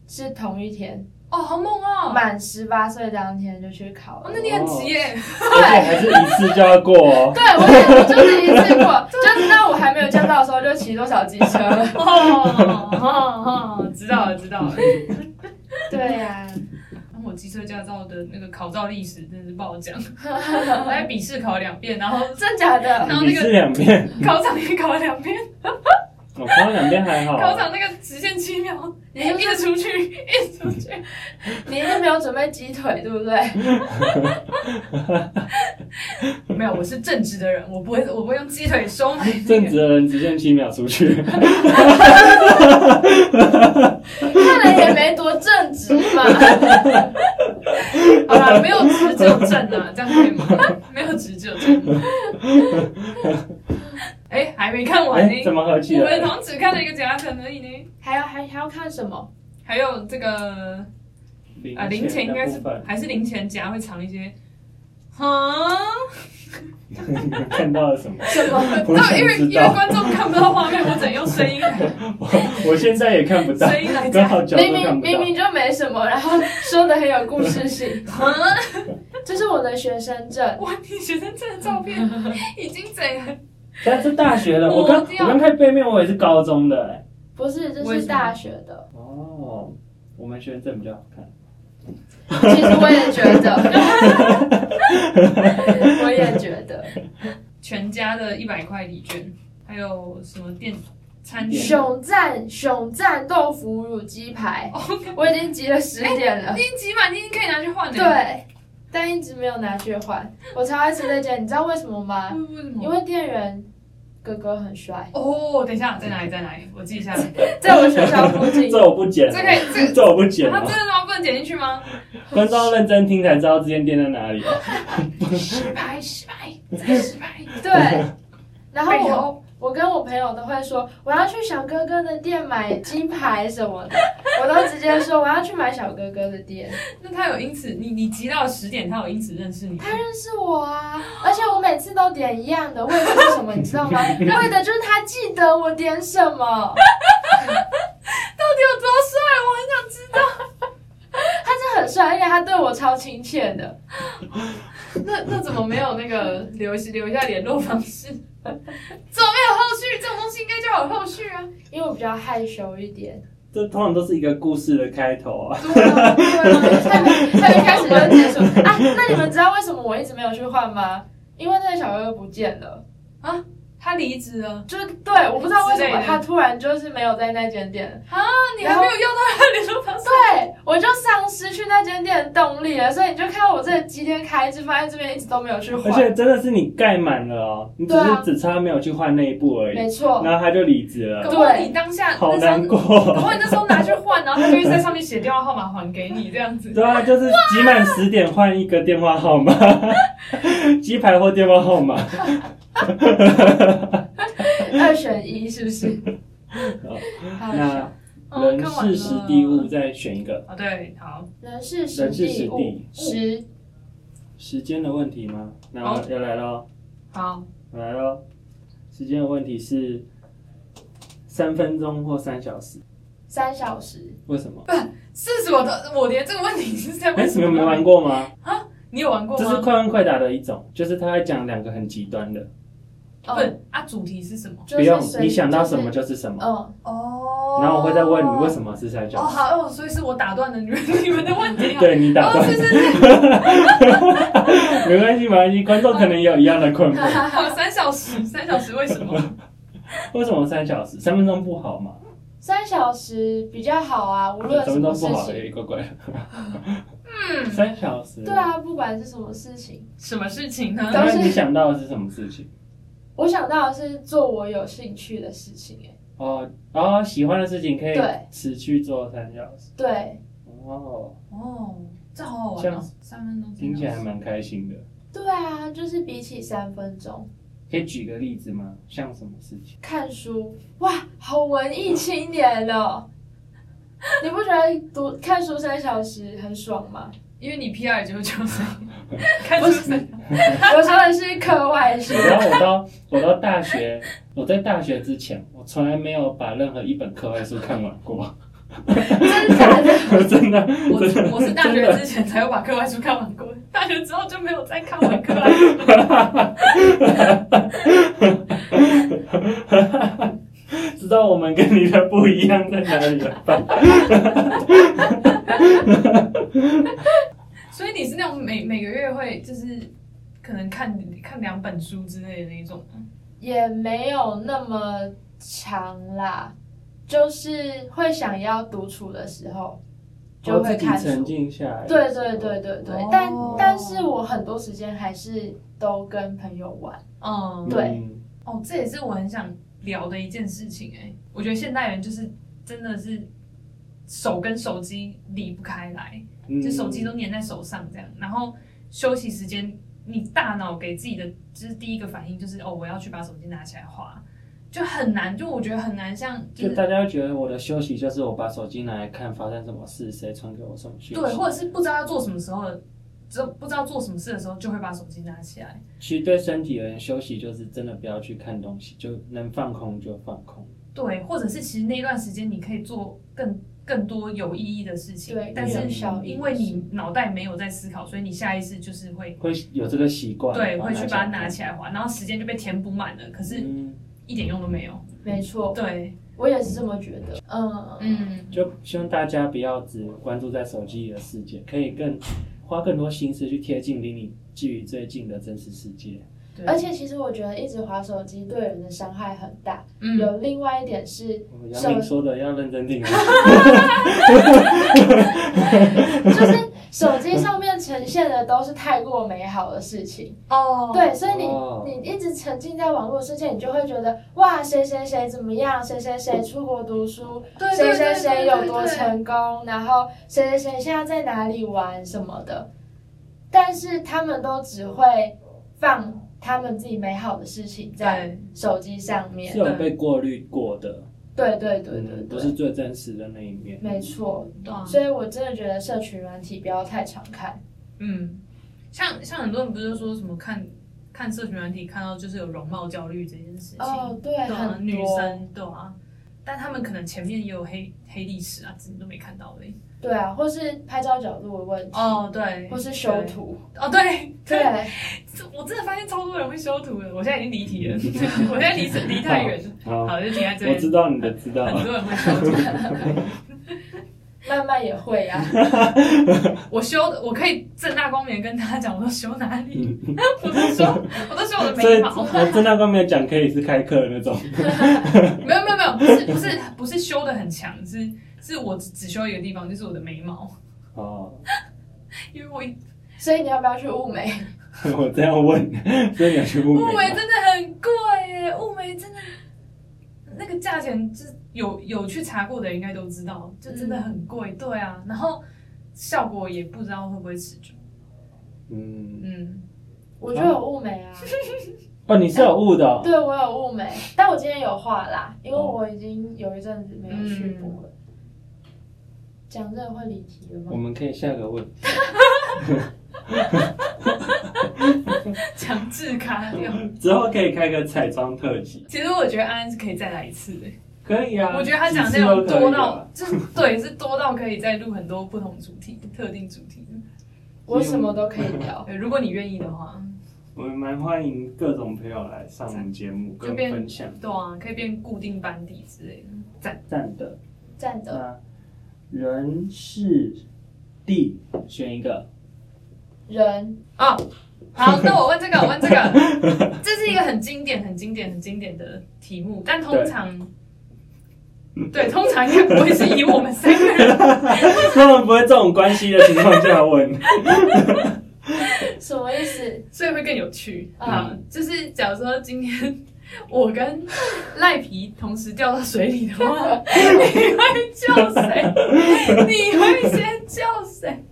Speaker 1: 是同一天，
Speaker 3: 哦，好猛哦！
Speaker 1: 满十八岁当天就去考
Speaker 3: 哦
Speaker 1: 了。
Speaker 3: 那你很急耶，
Speaker 2: 而且还是一次就要过哦。
Speaker 1: 对，我也就是一次 (laughs) 过，就知道我还没有驾照的时候就骑多少机车了。
Speaker 3: 哦哦哦，知道了知道了。
Speaker 1: (laughs) 对呀、
Speaker 3: 然后我机车驾照的那个考照历史真的是不好讲，我在笔试考了两遍，然后
Speaker 1: 真假的？
Speaker 3: 然后
Speaker 2: 你
Speaker 3: 那个
Speaker 2: 是两遍，
Speaker 3: 考场也考了两遍，
Speaker 2: 我刚两遍还好啊。
Speaker 3: 考场那个直线七秒，
Speaker 1: 你
Speaker 3: 一直出去，一直出去。
Speaker 1: 你是没有准备鸡腿，对不 (laughs) 对？
Speaker 3: 没有，我是正直的人，我不会，我不会用鸡腿收买别
Speaker 2: 哎正
Speaker 3: 人。
Speaker 2: 直的人只限七秒出去，
Speaker 1: 看来也没多正直嘛。
Speaker 3: 好啦，没有直只有正啊，这样可以吗？没有直哎、还没看完呢、
Speaker 2: 哎，怎么合起
Speaker 3: 我们
Speaker 2: 来？
Speaker 3: 好像只看了一个甲等而已呢。
Speaker 1: (laughs) 还要还还要看什么？
Speaker 3: 还有这个啊，零钱应该是还是零钱夹会藏一些，啊，
Speaker 2: 你们看到了什
Speaker 1: (laughs)
Speaker 2: 么？
Speaker 1: 什
Speaker 2: (laughs)
Speaker 1: 么？
Speaker 2: 我想
Speaker 3: 哦因为
Speaker 2: 知
Speaker 3: 因为
Speaker 2: 道
Speaker 3: 观众看不到画面，我只能用声音来
Speaker 2: (laughs) 我我现在也看不到，
Speaker 3: 声音来
Speaker 2: 刚
Speaker 3: 讲。
Speaker 2: 好角
Speaker 1: 明
Speaker 2: 度看
Speaker 1: 明
Speaker 2: 不
Speaker 1: 明
Speaker 2: 到。
Speaker 1: 明就没什么，然后说的很有故事 (laughs) 性。
Speaker 3: 啊
Speaker 1: 这是我的学生证，
Speaker 3: 哇，你学生证的照
Speaker 2: (laughs)
Speaker 3: 片已经整个
Speaker 2: 但是大学了，我刚
Speaker 3: 我这样
Speaker 2: 我刚看背面，我也是高中的哎。
Speaker 1: 不是，这
Speaker 3: 为什
Speaker 1: 是
Speaker 3: 么
Speaker 1: 大学的。
Speaker 2: 哦，我们学生证比较好看。
Speaker 1: 其实我也觉
Speaker 3: (laughs)
Speaker 1: 得，我也觉得
Speaker 3: 全家的一百块礼券，还有什么电餐
Speaker 2: 店
Speaker 3: 券，
Speaker 1: 熊赞熊赞豆腐乳鸡排，我已经急了十点了
Speaker 3: 你。已经集满，你已经可以拿去换了。，
Speaker 1: 对，但一直没有拿去换。我超爱吃这间，你知道为什么吗？
Speaker 3: 为为什么？
Speaker 1: 因为店员哥哥很帅，
Speaker 3: 哦，等一下，在哪里？在哪里？我记一下来。
Speaker 1: 在我学校附近。
Speaker 2: 这我不剪
Speaker 3: (laughs) 这
Speaker 2: 了，
Speaker 3: 可以，
Speaker 2: (laughs)
Speaker 3: 这
Speaker 2: 这我不剪
Speaker 3: 他
Speaker 2: 了
Speaker 3: 真。的吗？不能剪进去吗？
Speaker 2: 观众要认真听才知道这间店在哪里。
Speaker 3: 失败，哎失败，再失败。
Speaker 1: 对，
Speaker 3: (laughs)
Speaker 1: 然后
Speaker 3: 然
Speaker 1: 我
Speaker 3: 后
Speaker 1: 我跟我朋友都会说，我要去小哥哥的店买鸡排什么的，我都直接说我要去买小哥哥的店。
Speaker 3: 那他有因此，你你集到十点，他有因此认识你吗。
Speaker 1: 他认识我啊，而且我每次都点一样的，为的是什么你知道吗？为的就是他记得我点什么，
Speaker 3: 到底有多帅？我很想知道。
Speaker 1: 他真的很帅，而且他对我超亲切的。
Speaker 3: 那那怎么没有那个留一留一下联络方式？ (laughs) 怎么没有后续？这种东西应该就有后续啊。
Speaker 1: 因为我比较害羞一点，
Speaker 2: 这通常都是一个故事的开头啊。
Speaker 1: 对啊，对啊还没还没开始就结束啊。那你们知道为什么我一直没有去换吗？因为那个小哥哥不见了。
Speaker 3: 他离职了
Speaker 1: 就是对，我不知道为什么他突然就是没有在那间店，
Speaker 3: 啊！你还没有要到他的联络方式。
Speaker 1: 对我就丧失去那间店的动力了，所以你就看到我这几天开支放在这边一直都没有去
Speaker 2: 而
Speaker 1: 换，
Speaker 2: 且真的是你盖满了哦，你只
Speaker 1: 对啊
Speaker 2: 是只差没有去换那一步而已，
Speaker 1: 没错，
Speaker 2: 然后他就离职了，
Speaker 3: 搞不好你当下
Speaker 2: 好
Speaker 3: 那时候
Speaker 2: 难，过。
Speaker 3: 搞不好你那时候拿去换，然后他就会在上面写电话号码还给你这样子。
Speaker 2: 对啊，就是集满十点换一个电话号码，鸡排或电话号码。
Speaker 1: 二选一是不
Speaker 2: (laughs)
Speaker 1: 是？好
Speaker 2: 那
Speaker 3: 哦
Speaker 2: 人
Speaker 3: 看完
Speaker 2: 事实地物
Speaker 3: 了
Speaker 2: 再选一个，
Speaker 3: 啊，对，好，
Speaker 1: 人事实
Speaker 2: 人事
Speaker 1: 地
Speaker 2: 实
Speaker 1: 物
Speaker 2: 地
Speaker 1: 时
Speaker 2: 时间的问题吗？那
Speaker 3: 好
Speaker 2: 要来喽，
Speaker 3: 好，
Speaker 2: 要来喽。时间的问题是三分钟或三小时，
Speaker 1: 三小时，
Speaker 2: 为什么？
Speaker 3: 四十我的，我连这个问题是在
Speaker 2: 哎，
Speaker 3: 问
Speaker 2: 你
Speaker 3: 什
Speaker 2: 们
Speaker 3: 么？
Speaker 2: 没玩过吗？
Speaker 3: 你有玩过
Speaker 2: 这是
Speaker 3: 吗？
Speaker 2: 快问快答的一种，就是他会讲两个很极端的，
Speaker 1: 嗯，
Speaker 3: 不啊，主题是什么？
Speaker 1: 就
Speaker 2: 不用
Speaker 1: 是随
Speaker 2: 你想到什么，就是什
Speaker 1: 就是
Speaker 2: 么，
Speaker 1: 嗯，
Speaker 3: 哦
Speaker 2: 然后我会再问你为
Speaker 3: 么。
Speaker 2: 什么是三
Speaker 3: 哦，
Speaker 2: 小时。
Speaker 3: 好，哦，所以是我打断了你们 (laughs) 你们的问题啊。
Speaker 2: 对 (laughs) 你打
Speaker 3: 哦，
Speaker 2: 断
Speaker 3: 是，是是，
Speaker 2: 没关系，没关系，观众可能也有一样的困惑。
Speaker 3: 好，三小时，三小时为什么？
Speaker 2: 为什么三小时？三分钟不好吗？
Speaker 1: 三小时比较好啊，无论
Speaker 2: 三
Speaker 1: 什
Speaker 2: 分
Speaker 1: 么
Speaker 2: 钟
Speaker 1: 事
Speaker 2: 不好，有
Speaker 1: 情，
Speaker 2: 一个怪。
Speaker 3: 嗯，
Speaker 2: 三小时。
Speaker 1: 对。啊，不管是什么事情，
Speaker 3: 什么事情呢？
Speaker 1: 都
Speaker 2: 那
Speaker 1: 是
Speaker 2: 你想到的是什么事情？
Speaker 1: 我想到的是做我有兴趣的事情，哎，
Speaker 2: 哦哦，喜欢的事情可以
Speaker 1: 对
Speaker 2: 持续做三小时。
Speaker 1: 对。
Speaker 2: 哦，
Speaker 3: 哦，这好好玩
Speaker 2: 像
Speaker 3: 哦，三分钟，
Speaker 2: 听起来还蛮开心的。
Speaker 1: 对啊，就是比起三分钟
Speaker 2: 可以举个例子吗？像什么事情？
Speaker 1: 看书，哇，好文艺青年哦！ (laughs) 你不觉得读看书三小时很爽吗？ (laughs)
Speaker 3: 因为你 P R 九九三， (laughs) 看出谁？
Speaker 1: 我说的是课外书，
Speaker 2: 然后我到我到大学，我在大学之前，我从来没有把任何一本课外书看完过。 (laughs)
Speaker 1: 真的假的？
Speaker 2: 真的，
Speaker 3: 我
Speaker 2: 真的，
Speaker 3: 我是大
Speaker 2: 真
Speaker 3: 学
Speaker 2: 的
Speaker 3: 之前才有把课外书看完 (laughs) 过，大学之后就没有再看完课外书。 (laughs)
Speaker 2: 知道我们跟你的不一样在哪里了
Speaker 3: (laughs)
Speaker 2: 吧？
Speaker 3: 所以你是那种每每个月会就是可能看看两本书之类的那种吗？
Speaker 1: 也没有那么长啦，就是会想要独处的时候就会
Speaker 2: 哦自己
Speaker 1: 看
Speaker 2: 沉
Speaker 1: 书。
Speaker 2: 静下来。
Speaker 1: 对对。对对对，
Speaker 3: 哦
Speaker 1: 但但是我很多时间还是都跟朋友玩。
Speaker 3: 嗯，
Speaker 1: 对
Speaker 2: 嗯，
Speaker 3: 哦，这也是我很想聊的一件事情哎、我觉得现代人就是真的是手跟手机离不开来，
Speaker 2: 嗯
Speaker 3: 就手机都粘在手上这样，然后休息时间你大脑给自己的就是第一个反应就是哦，我要去把手机拿起来划，就很难，就我觉得很难像就
Speaker 2: 就是大家会觉得我的休息就是我把手机拿来看发生什么事，谁传给我什么讯息。
Speaker 3: 对，或者是不知道要做什么时候的，就不知道做什么事的时候就会把手机拿起来。
Speaker 2: 其实对身体而言，休息就是真的不要去看东西，就能放空就放空。
Speaker 3: 对，或者是其实那段时间你可以做更更多有意义的事情，
Speaker 1: 对
Speaker 3: 但
Speaker 2: 更有
Speaker 3: 是
Speaker 1: 效益
Speaker 3: 因为你脑袋没有在思考，所以你下意识就是会
Speaker 2: 会有这个习惯，
Speaker 3: 对会去把它拿
Speaker 2: 起
Speaker 3: 起来划，然后时间就被填补满了，可
Speaker 2: 来。
Speaker 3: 是
Speaker 2: 嗯，
Speaker 3: 一点用都没有。
Speaker 1: 没错，
Speaker 3: 对，
Speaker 1: 我也是这么觉得。嗯嗯，
Speaker 3: 嗯，
Speaker 2: 就希望大家不要只关注在手机里的世界，可以更花更多心思去贴近离你距离最近的真实世界。
Speaker 3: 对，
Speaker 1: 而且其实我觉得一直划手机对人的伤害很大。
Speaker 3: 嗯，
Speaker 1: 有另外一点是，
Speaker 2: 我们哦杨明说的要认真听啊， (laughs)
Speaker 1: 就是手机上面呈现的都是太过美好的事情。
Speaker 3: 哦，
Speaker 1: 对，所以
Speaker 2: 哦
Speaker 1: 你你一直沉浸在网络世界，你就会觉得哇，谁谁谁怎么样，谁谁谁出国读书，
Speaker 3: 对
Speaker 1: 谁谁谁有多
Speaker 3: 多
Speaker 1: 成功，然后谁谁谁现在在哪里玩什么的。但是他们都只会放他们自己美好的事情在
Speaker 3: 对
Speaker 1: 手机上面
Speaker 2: 是。有被过滤过的，
Speaker 1: 对对对对
Speaker 2: 嗯不
Speaker 1: 对，
Speaker 2: 是最真实的那一面。
Speaker 1: 没错。
Speaker 3: 对啊
Speaker 1: 所以我真的觉得社群软体不要太常看。
Speaker 3: 嗯，像像很多人不是说什么看看社群软体看到就是有容貌焦虑这件事情，
Speaker 1: 哦，对，
Speaker 3: 对啊，
Speaker 1: 很
Speaker 3: 女
Speaker 1: 多
Speaker 3: 生对啊，但他们可能前面也有黑黑历史啊，自己都没看到嘞。
Speaker 1: 对啊，或是拍照角度的问题，
Speaker 3: 哦，对，
Speaker 1: 或是修图，
Speaker 3: 哦，对
Speaker 1: 对，
Speaker 3: 这我真的发现超多人会修图的。我现在已经离题了， (laughs) 我现在离离太远了。
Speaker 2: 好，
Speaker 3: 好，就停在这
Speaker 2: 我知
Speaker 3: 边。
Speaker 2: 道你的知道，
Speaker 3: 很多人会修图，
Speaker 1: 慢慢也会 (laughs) 啊。
Speaker 3: 我修的，我可以正大光明地跟大家讲，我都修哪里，
Speaker 2: (laughs) 嗯，
Speaker 3: 我都修，我都修我的眉
Speaker 2: 这
Speaker 3: 毛。
Speaker 2: 我正大光明地讲可以是开课的那种， (laughs)
Speaker 3: 没有没有没有，不是不是不是修的很强，是是我只只修一个地方，就是我的眉毛，
Speaker 2: 哦，
Speaker 3: 因为我一
Speaker 1: 所以你要不要去雾眉？
Speaker 2: 我这样问， (laughs) 所以你要去物
Speaker 3: 雾眉
Speaker 2: 美
Speaker 3: 真的很贵耶，雾眉真的那个价钱，就是有有去查过的人应该都知道，就真的很贵，对啊，然后效果也不知道会不会持久，
Speaker 2: 嗯，
Speaker 3: 嗯，
Speaker 1: 我就有雾眉啊，
Speaker 2: 哦，你是有雾的哦，
Speaker 1: (laughs) 对我有雾眉，但我今天有画啦，因为我已经有一阵子没有去补了。讲这个会离题了
Speaker 2: 我
Speaker 1: 吗？
Speaker 2: 们可以下个问题。
Speaker 3: 强制卡掉。
Speaker 2: 之后可以开个彩妆特辑，
Speaker 3: 其实我觉得安安是可以再来一次的，
Speaker 2: 可以啊。
Speaker 3: 我觉得他讲
Speaker 2: 几
Speaker 3: 内
Speaker 2: 次都可
Speaker 3: 容
Speaker 2: 以
Speaker 3: 多
Speaker 2: 啊
Speaker 3: 到，就是对，是多到可以再录很多不同主题、特定主题的。
Speaker 1: 我什么都可以聊。
Speaker 3: 对，如果你愿意的话。
Speaker 2: 我们蛮欢迎各种朋友来上我们节目
Speaker 3: 就
Speaker 2: 跟
Speaker 3: 变
Speaker 2: 分享
Speaker 3: 对啊，可以变固定班底之类的。
Speaker 2: 赞的。
Speaker 1: 站的，
Speaker 2: 那人事地选一
Speaker 3: (laughs)
Speaker 2: 个，
Speaker 1: 人
Speaker 3: 哦，好，那我问这个，我问这个，这是一个很经典、很经典、很经典的题目，但通常，对，通常应该不会是以我们三个人，
Speaker 2: 他们不会这种关系的情况下
Speaker 3: (laughs)
Speaker 2: 问。
Speaker 1: 什么意思？
Speaker 3: 所以会更有趣
Speaker 1: 嗯
Speaker 3: 啊。就是假如说今天我跟赖皮同时掉到水里的话，你会救谁？你会先救谁？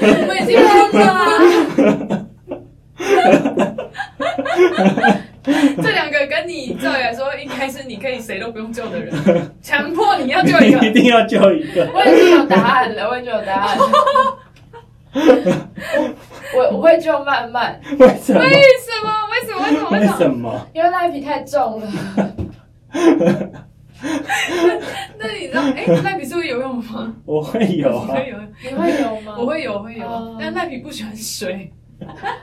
Speaker 3: 我们已经问了。这两个跟你照理来说应该是你可以谁都不用救的人，强迫你要救一
Speaker 2: 你一
Speaker 3: 个，
Speaker 2: 定要救一
Speaker 3: (laughs)
Speaker 2: 个，
Speaker 1: 我已经有答案
Speaker 2: (laughs)
Speaker 1: 了，我已经有答案了。 (laughs) 我我会救曼曼，
Speaker 2: 为什么
Speaker 3: 为？什么？为什么？为什么？为
Speaker 2: 为
Speaker 3: 什么？
Speaker 2: 什么？
Speaker 1: 因为赖皮太重
Speaker 2: (laughs)
Speaker 1: 了。
Speaker 3: 那你知道，哎、赖皮是会游泳吗？
Speaker 2: 我会有啊
Speaker 3: 会，游泳，
Speaker 1: 你会游吗？
Speaker 3: 我会游，我会游
Speaker 1: 哦，
Speaker 3: 但赖皮不喜欢水。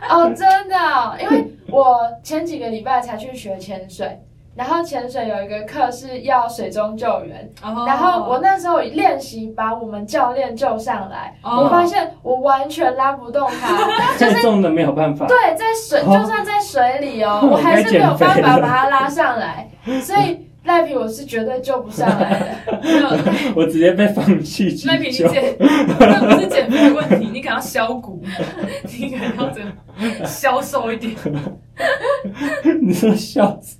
Speaker 1: 哦，真的哦、因为我前几个礼拜才去学潜水，然后潜水有一个课是要水中救援，然
Speaker 2: 哦
Speaker 3: 然
Speaker 1: 后我那时候练习把我们教练救上来，
Speaker 3: 哦
Speaker 2: 哦
Speaker 1: 我发现我完全拉不动
Speaker 2: (laughs)
Speaker 1: 他，
Speaker 2: 太重的没有办法。
Speaker 1: 对，在水
Speaker 2: 哦
Speaker 1: 就算在水里
Speaker 2: (laughs)
Speaker 1: 哦，
Speaker 2: 我
Speaker 1: 我还是没有办
Speaker 2: 该
Speaker 1: 法
Speaker 2: 减肥了
Speaker 1: 把他拉上来，所以赖皮我是绝对救不上来的。
Speaker 2: (laughs) 我直接被放弃急
Speaker 3: 赖皮，你
Speaker 2: 救，
Speaker 3: 减，那不是减肥的问题，你可能要削骨，你可能要这样消瘦一点。
Speaker 2: 你说笑
Speaker 3: (laughs)
Speaker 2: 死，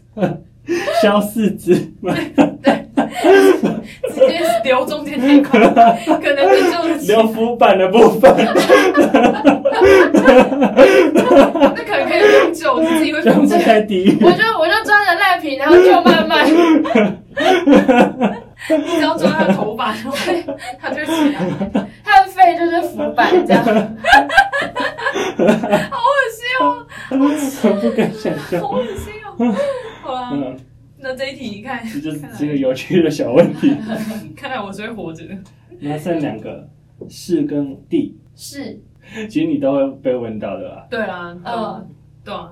Speaker 2: (laughs) 消四肢吗？
Speaker 3: 直接留中间那一块，可能就救得起， (laughs)
Speaker 2: 留浮板的部分，
Speaker 3: 那可救，我自己会
Speaker 2: 这样
Speaker 3: 放
Speaker 2: 子
Speaker 3: 弃。
Speaker 2: 太低
Speaker 1: 我就我就抓着赖皮，然后就慢慢， (laughs)
Speaker 3: 你只要抓他的头发，然后他就起来，
Speaker 1: 他的肺就是浮板这样。
Speaker 3: 好恶心哦，
Speaker 2: 我不敢想象。
Speaker 3: 好恶心哦。好啦，
Speaker 2: 嗯，
Speaker 3: 那这一题你看，
Speaker 2: 这就是
Speaker 3: 看
Speaker 2: 这个
Speaker 3: 来
Speaker 2: 有趣的小问题。
Speaker 3: 看来我是会活着的。
Speaker 2: 那剩两个是跟地，
Speaker 1: 是，
Speaker 2: 其实你都会被问到的啦。
Speaker 3: 对啊，对啊
Speaker 1: 嗯，
Speaker 3: 对啊，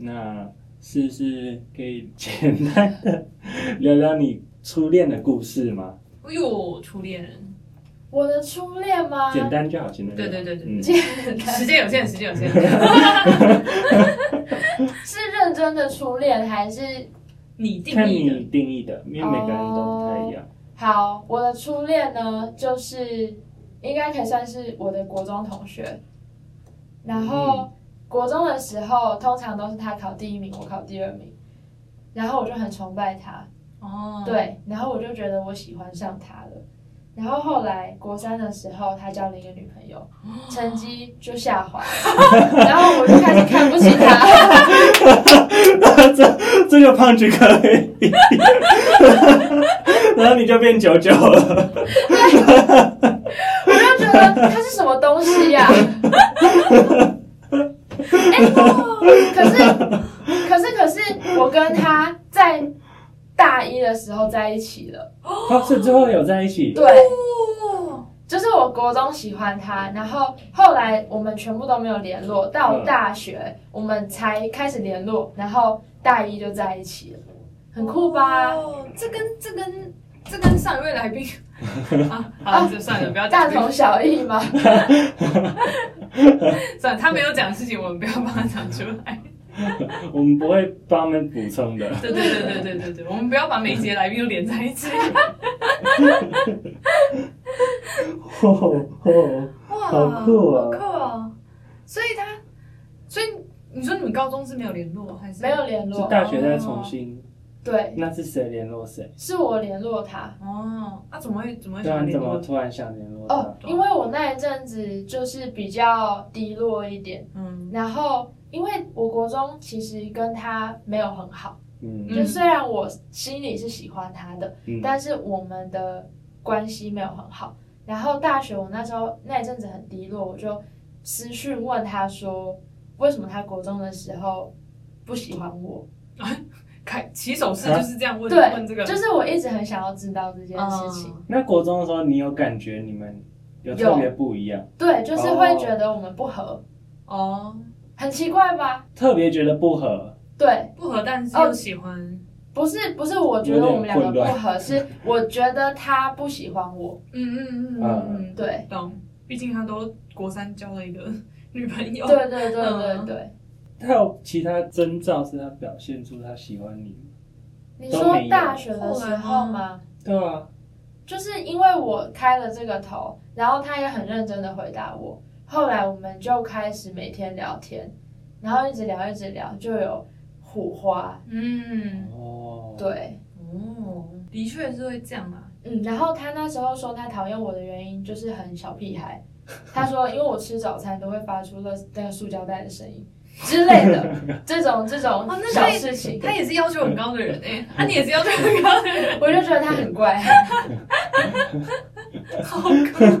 Speaker 2: 那是是可以简单的聊聊你初恋的故事吗？
Speaker 3: 哎呦，初恋人，
Speaker 1: 我的初恋吗？
Speaker 2: 简单就好，简单就好。
Speaker 3: 啊对对对对
Speaker 2: 嗯
Speaker 1: 简单
Speaker 3: 时间有限，时间有限，
Speaker 2: (laughs)
Speaker 1: 是认真的初恋还是
Speaker 3: 你定
Speaker 2: 看
Speaker 3: 义的
Speaker 2: 你定义的，因为每个人都不太一样。
Speaker 1: 好？我的初恋呢，就是应该可以算是我的国中同学。然后、
Speaker 2: 嗯
Speaker 1: 国中的时候，通常都是他考第一名，我考第二名，然后我就很崇拜他，
Speaker 3: 哦，，
Speaker 2: (laughs)
Speaker 1: 对，然后我就觉得我喜欢上他了。然后后来国三的时候，他交了一个女朋友，成绩就下滑了，然后我就开始看不起他。
Speaker 2: 这这个胖橘可以，然后你就变九九了。
Speaker 1: 我就觉得它是什么东西啊呀、哎、
Speaker 3: 哦
Speaker 1: 可是，
Speaker 2: (laughs)
Speaker 1: 可是，可是，我跟他在大一的时候在一起了。
Speaker 2: 哦，是最后有在一起。
Speaker 1: 对，
Speaker 3: 哦，
Speaker 1: 就是我国中喜欢他，然后后来我们全部都没有联络，到
Speaker 2: 嗯
Speaker 1: 大学我们才开始联络，然后大一就在一起了，很酷吧？
Speaker 3: 哦？这跟这跟这跟上一位来宾啊，好了，
Speaker 1: 啊
Speaker 3: 就算了，不要
Speaker 1: (laughs) 大
Speaker 3: 讲这个，
Speaker 1: 同小异
Speaker 2: (laughs)
Speaker 1: 嘛。
Speaker 3: (laughs) 算了，他没有讲的事情，我们不要帮他讲出来。
Speaker 2: (laughs) 我们不会帮他们补充
Speaker 3: (laughs)
Speaker 2: 的。
Speaker 3: 对对对对对对对，我们不要把每一节来宾都连在一起。
Speaker 2: 哦哦，
Speaker 3: 哇，
Speaker 2: 好酷啊
Speaker 3: 好酷哦！所以他，所以你说你们高中是没有联络还是
Speaker 1: 没？有联
Speaker 2: 是
Speaker 1: 络，
Speaker 2: 大学再重新，
Speaker 1: 对，
Speaker 2: 那是谁联络谁？
Speaker 1: 是我联络他。
Speaker 3: 哦，那、怎么会怎么会
Speaker 2: 对
Speaker 3: 想
Speaker 2: 啊，
Speaker 3: 要
Speaker 2: 你怎
Speaker 3: 联
Speaker 2: 么
Speaker 3: 络？
Speaker 2: 突然想联络
Speaker 1: 哦
Speaker 2: 他？，
Speaker 1: 因为我那一阵子就是比较低落一点，
Speaker 3: 嗯
Speaker 1: 然后因为我国中其实跟他没有很好，
Speaker 2: 嗯
Speaker 1: 就虽然我心里是喜欢他的，
Speaker 2: 嗯，
Speaker 1: 但是我们的关系没有很好。然后大学我那时候那一阵子很低落，我就私讯问他说，为什么他国中的时候不喜欢我？
Speaker 3: 开起手式就是这样问、
Speaker 1: 对
Speaker 3: 问这个
Speaker 1: 就是我一直很想要知道这件事情。
Speaker 3: 嗯
Speaker 2: 那国中的时候，你有感觉你们有特别不一样，
Speaker 1: 对，就是
Speaker 2: 哦
Speaker 1: 会觉得我们不合，
Speaker 3: 哦，
Speaker 1: 很奇怪吧？
Speaker 2: 特别觉得不合，
Speaker 1: 对，
Speaker 3: 不合，但是又喜欢
Speaker 1: 不是不是，我觉得我们两个不合，是我觉得他不喜欢我。
Speaker 3: 嗯嗯嗯嗯
Speaker 1: 对
Speaker 3: 嗯，懂。毕竟他都国三交了一个 (laughs) 女朋友，
Speaker 1: 对对对对对，
Speaker 2: 他有其他征兆是他表现出他喜欢你吗？
Speaker 1: 你说大学的时候
Speaker 3: 后来
Speaker 1: 吗？
Speaker 2: 对啊，
Speaker 1: 就是因为我开了这个头，然后他也很认真的回答我，后来我们就开始每天聊天，然后一直聊一直聊，就有火花。
Speaker 3: 嗯，
Speaker 2: 哦，，
Speaker 1: 对，
Speaker 3: 哦，的确是会这样啊啦。
Speaker 1: 嗯，然后他那时候说他讨厌我的原因就是很小屁孩，他说因为我吃早餐都会发出了那个塑胶袋的声音之类的，这种这种
Speaker 3: 哦那
Speaker 1: 小
Speaker 3: 他也
Speaker 1: 事情。
Speaker 3: 他也是要求很高的人哎、欸，啊，你也是要求很高的人，
Speaker 1: 我就觉得他很
Speaker 3: (laughs)
Speaker 1: 怪，
Speaker 3: 好高。 (laughs)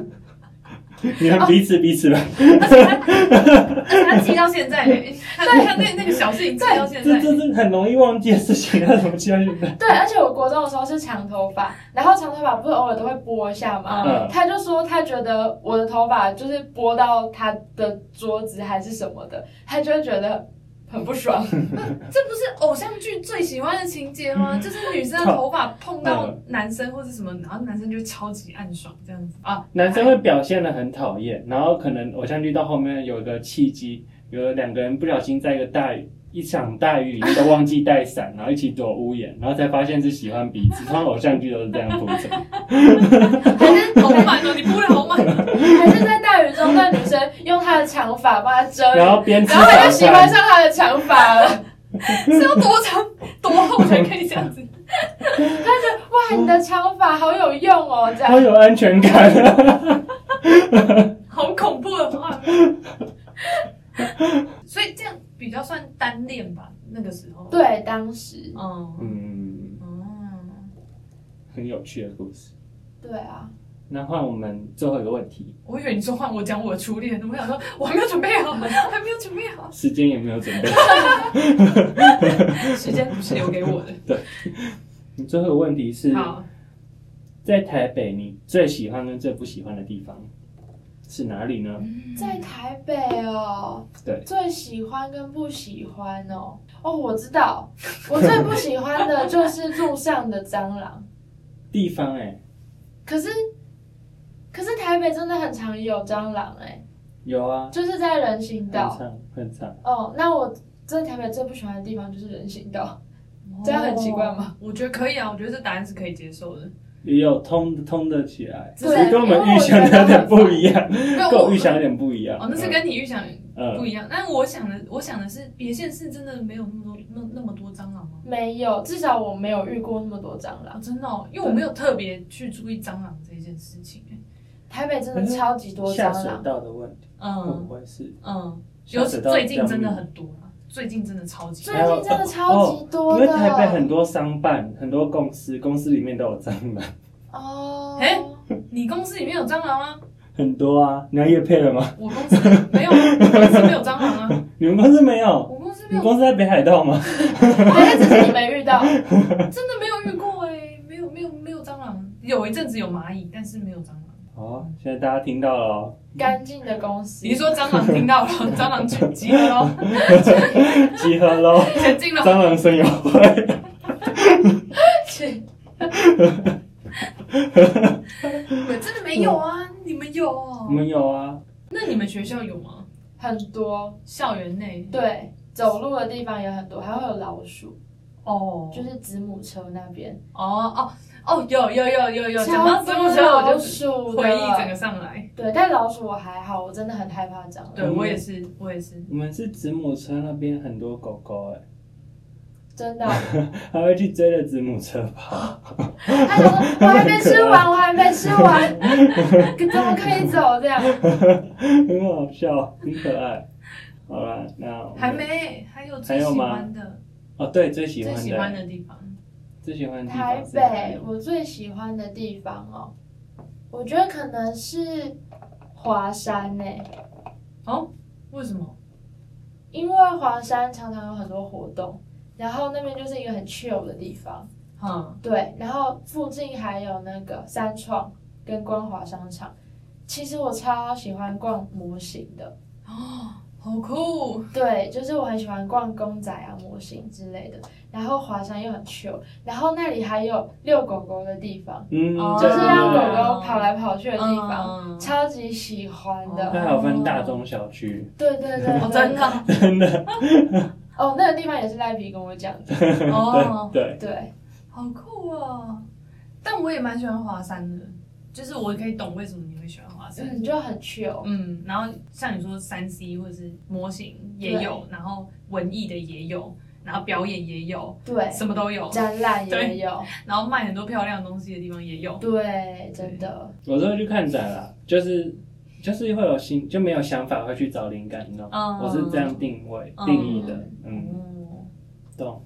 Speaker 2: 你们彼此彼此吧，
Speaker 3: 而且他记到现在嘞，他他那那个小事情记到现
Speaker 2: 这
Speaker 3: 在，
Speaker 2: 这是很容易忘记的事情，他怎么记到现在？
Speaker 1: 对，而且我国中的时候是长头发，然后长头发不是偶尔都会拨一下嘛，
Speaker 2: 嗯
Speaker 1: 他就说他觉得我的头发就是拨到他的桌子还是什么的，他就会觉得很不
Speaker 3: (laughs)
Speaker 1: 爽。
Speaker 3: 这不是偶像剧最喜欢的情节 (laughs) 吗？就是女生的头发碰到男生或者什么，然后男生就超级暗爽这样子啊，
Speaker 2: 男生会表现的很讨厌，然后可能偶像剧到后面有一个契机，有两个人不小心在一个大雨一场大雨里面都忘记带伞， (laughs) 然后一起躲屋檐，然后才发现是喜欢彼此。通常偶像剧都是这样铺
Speaker 1: (laughs)
Speaker 2: 陈。
Speaker 1: 还是
Speaker 3: (laughs) 好满哦，你哭的好 (laughs) 满，
Speaker 1: 还是在大雨中，那女生用她的长发帮他遮雨，
Speaker 2: 然后边吃
Speaker 1: 然后他
Speaker 2: 早
Speaker 1: 就喜欢
Speaker 2: 餐，
Speaker 1: 上她的长发了。
Speaker 3: 是要多长多厚才可以这样子？
Speaker 1: 哇，你的长发好有用哦，这
Speaker 2: 好
Speaker 1: 样。
Speaker 2: 有安全感。
Speaker 1: (laughs)
Speaker 2: (laughs)
Speaker 3: 好恐怖的话，所以这样比较算时候。，
Speaker 1: 对，当时，
Speaker 3: 嗯
Speaker 2: 嗯，
Speaker 3: 嗯，
Speaker 2: 很有趣的故事。
Speaker 1: 对啊，
Speaker 2: 那换我们最后一个问题，
Speaker 3: 我以为你说换我讲我的初恋，我想说我还没有
Speaker 2: (laughs)
Speaker 3: 准备好，我还没有准备好，
Speaker 2: 时间也没有准备。
Speaker 3: 时间不是留给我的。
Speaker 2: 你最后一个问题是
Speaker 3: 好，
Speaker 2: 在台北，你最喜欢跟最不喜欢的地方是哪里呢？
Speaker 1: 在台北哦，
Speaker 2: 对
Speaker 1: 最喜欢跟不喜欢哦，哦，我知道，我最不喜欢的就是路上的蟑螂。 (laughs)
Speaker 2: 地方哎、
Speaker 1: 可是，可是台北真的很常有蟑螂哎、
Speaker 2: 有啊，
Speaker 1: 就是在人行
Speaker 2: 很
Speaker 1: 道。
Speaker 2: 长很长。
Speaker 1: 哦，那我在台北最不喜欢的地方就是人行道。这样很奇怪吗
Speaker 3: 哦？我觉得可以啊，我觉得这答案是可以接受的。
Speaker 2: 也有通通的起来，只
Speaker 1: 对
Speaker 2: 是跟我们预想的有点不一样，
Speaker 3: 没
Speaker 2: 跟我预想有点不一样。嗯
Speaker 3: 哦，那是跟你预想
Speaker 2: 呃
Speaker 3: 不一样。但我想的，我想的是，别县市真的没有那么多那那么多蟑螂吗？
Speaker 1: 没有，至少我没有遇过那么多蟑
Speaker 3: 啊，
Speaker 1: 螂。
Speaker 3: 真的、哦，因为我没有特别去注意蟑螂这件事情、欸。
Speaker 1: 台北真的超级多
Speaker 2: 下
Speaker 1: 蟑
Speaker 2: 水
Speaker 1: 螂，
Speaker 2: 道的问题会不
Speaker 3: 嗯
Speaker 2: 会是？
Speaker 3: 嗯，
Speaker 2: 下
Speaker 3: 尤
Speaker 2: 水
Speaker 3: 其
Speaker 2: 道
Speaker 3: 最近真
Speaker 2: 比
Speaker 3: 的
Speaker 2: 较密
Speaker 3: 很多啊，最近真的超级
Speaker 1: 最近真的超级多
Speaker 2: 哦因
Speaker 1: 的。
Speaker 2: 为台北很多商办、很多公司，公司里面都有蟑螂，
Speaker 1: 哦，
Speaker 3: 哎你公司里面有蟑螂吗？
Speaker 2: 很多啊。你要叶配了吗？
Speaker 3: 我公司没有，啊我公司没有蟑螂啊，
Speaker 2: 你们公司没有？
Speaker 3: 我公司没
Speaker 2: 你
Speaker 3: 有，
Speaker 2: 公司在北海道
Speaker 1: (laughs)
Speaker 2: 吗？
Speaker 1: 还是只是你没
Speaker 3: (laughs)
Speaker 1: 遇到？
Speaker 3: 真的没有遇过哎、没有没有没有蟑螂，有一阵子有蚂蚁，但是没有蟑螂。
Speaker 2: 哦，现在大家听到了哦，
Speaker 1: 干净的公司。
Speaker 3: 你说蟑螂听到了，蟑螂聚集了咯，
Speaker 2: 集合喽， (laughs)
Speaker 3: 前进了。
Speaker 2: 蟑螂声友会。
Speaker 3: 我真的没有啊，你们有、哦
Speaker 2: 我？们有啊，
Speaker 3: 那你们学校有吗？
Speaker 1: (laughs) 很多，
Speaker 3: 校园内？
Speaker 1: 对，走路的地方也很多，还会有老鼠，
Speaker 3: 哦，
Speaker 1: 就是子母车那边。
Speaker 3: 哦哦哦，有有有有有，讲
Speaker 1: 超
Speaker 3: 到
Speaker 1: 多
Speaker 3: 这个时候我
Speaker 1: 老
Speaker 3: 就
Speaker 1: 鼠的
Speaker 3: 回忆整个上来。
Speaker 1: 对，但老鼠我还好，我真的很害怕蟑螂，
Speaker 3: 对我也是，我也是。
Speaker 2: 我们是子母车那边很多狗狗哎、
Speaker 1: 真的。
Speaker 2: 还会去追着子母车跑。
Speaker 1: 他想说，我还没吃完，我还没吃
Speaker 3: (laughs)
Speaker 1: 完，可怎么可以走这样？
Speaker 2: (laughs) 很好笑，很可爱。好啦，那我们
Speaker 3: 还没，还有
Speaker 2: 还
Speaker 3: 最
Speaker 2: 有
Speaker 3: 喜
Speaker 2: 吗
Speaker 3: 欢的，
Speaker 2: 哦，对，最喜
Speaker 3: 最
Speaker 2: 欢
Speaker 3: 喜
Speaker 2: 的
Speaker 3: 欢的地方。
Speaker 2: 最喜欢的地
Speaker 1: 台
Speaker 2: 方是哪里
Speaker 1: 北，我最喜欢的地方哦，我觉得可能是华山欸呢、
Speaker 3: 哦，为什么？
Speaker 1: 因为华山常常有很多活动，然后那边就是一个很 chill 的地方。
Speaker 3: 哈，
Speaker 1: 对，然后附近还有那个三创跟光华商场。其实我超喜欢逛模型的，
Speaker 3: 哦，好 (laughs) 酷。
Speaker 1: 对，就是我很喜欢逛公仔啊、模型之类的。然后华山又很 chill，然后那里还有遛狗狗的地方，
Speaker 2: 嗯，
Speaker 3: 哦
Speaker 1: 就是让狗
Speaker 2: 对
Speaker 1: 狗跑来跑去的
Speaker 3: 嗯
Speaker 1: 地方，
Speaker 3: 嗯嗯
Speaker 1: 超级喜欢的。
Speaker 2: 它还有分大中小区，
Speaker 1: 对对对对
Speaker 2: (laughs)
Speaker 3: 哦，真的啊
Speaker 2: 哦真的，
Speaker 1: (laughs) 哦，那个地方也是赖皮跟我讲的，
Speaker 3: 哦，
Speaker 2: 对，
Speaker 1: 对，
Speaker 3: 好酷哦。但我也蛮喜欢华山的，就是我可以懂为什么你会喜欢华山。
Speaker 1: 嗯，就很 chill，
Speaker 3: 嗯，然后像你说三 C 或者是模型也有，然后文艺的也有，然后表演也有，
Speaker 1: 对，
Speaker 3: 什么都有，
Speaker 1: 展览也
Speaker 3: 对
Speaker 1: 有，
Speaker 3: 然后卖很多漂亮东西的地方也有。
Speaker 1: 对，真的，
Speaker 2: 我都会去看展啦，就是就是会有新就没有想法会去找灵感，你知道吗？
Speaker 3: 嗯
Speaker 2: 我是这样定位
Speaker 3: 嗯
Speaker 2: 定义的，嗯，
Speaker 3: 哦，
Speaker 2: 懂，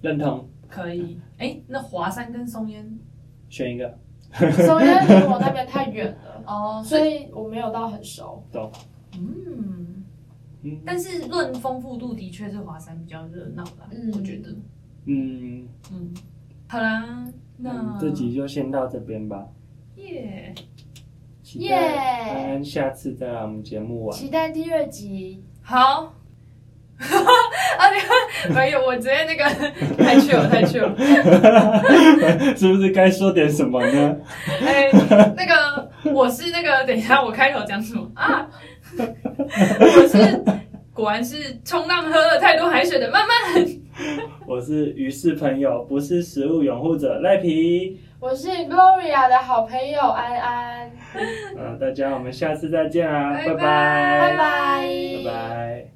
Speaker 2: 认同，
Speaker 3: 可以。哎，那华山跟松烟
Speaker 2: 选一个，
Speaker 1: 首先离我那边太远了，
Speaker 3: 哦，所
Speaker 1: 所
Speaker 3: 以
Speaker 1: 以我没有到很熟。
Speaker 3: 嗯，
Speaker 2: 嗯
Speaker 3: 但是论丰富度，的确是华山比较热闹啦，
Speaker 1: 嗯
Speaker 3: 我觉得。
Speaker 2: 嗯，
Speaker 3: 嗯，好啦，那
Speaker 2: 嗯这集就先到这边吧，
Speaker 3: 耶
Speaker 2: 期
Speaker 1: 耶、
Speaker 2: 待安安下次再来我们节目玩， (laughs)
Speaker 1: 期待第二集，
Speaker 3: 好。 (laughs) 啊，没有，我直接那个 (laughs) 太去了，太去了。
Speaker 2: 是不是该说点什么呢？
Speaker 3: 哎、那个我是那个，等一下我开头讲什么啊？我是果然是冲浪喝了太多海水的慢慢。
Speaker 2: (laughs) 我是鱼是朋友，不是食物拥护者赖皮，
Speaker 1: 我是 Gloria 的好朋友安安，
Speaker 2: 呃嗯、大家我们下次再见啊，
Speaker 3: 拜拜
Speaker 2: 拜
Speaker 1: 拜拜，
Speaker 2: 拜拜。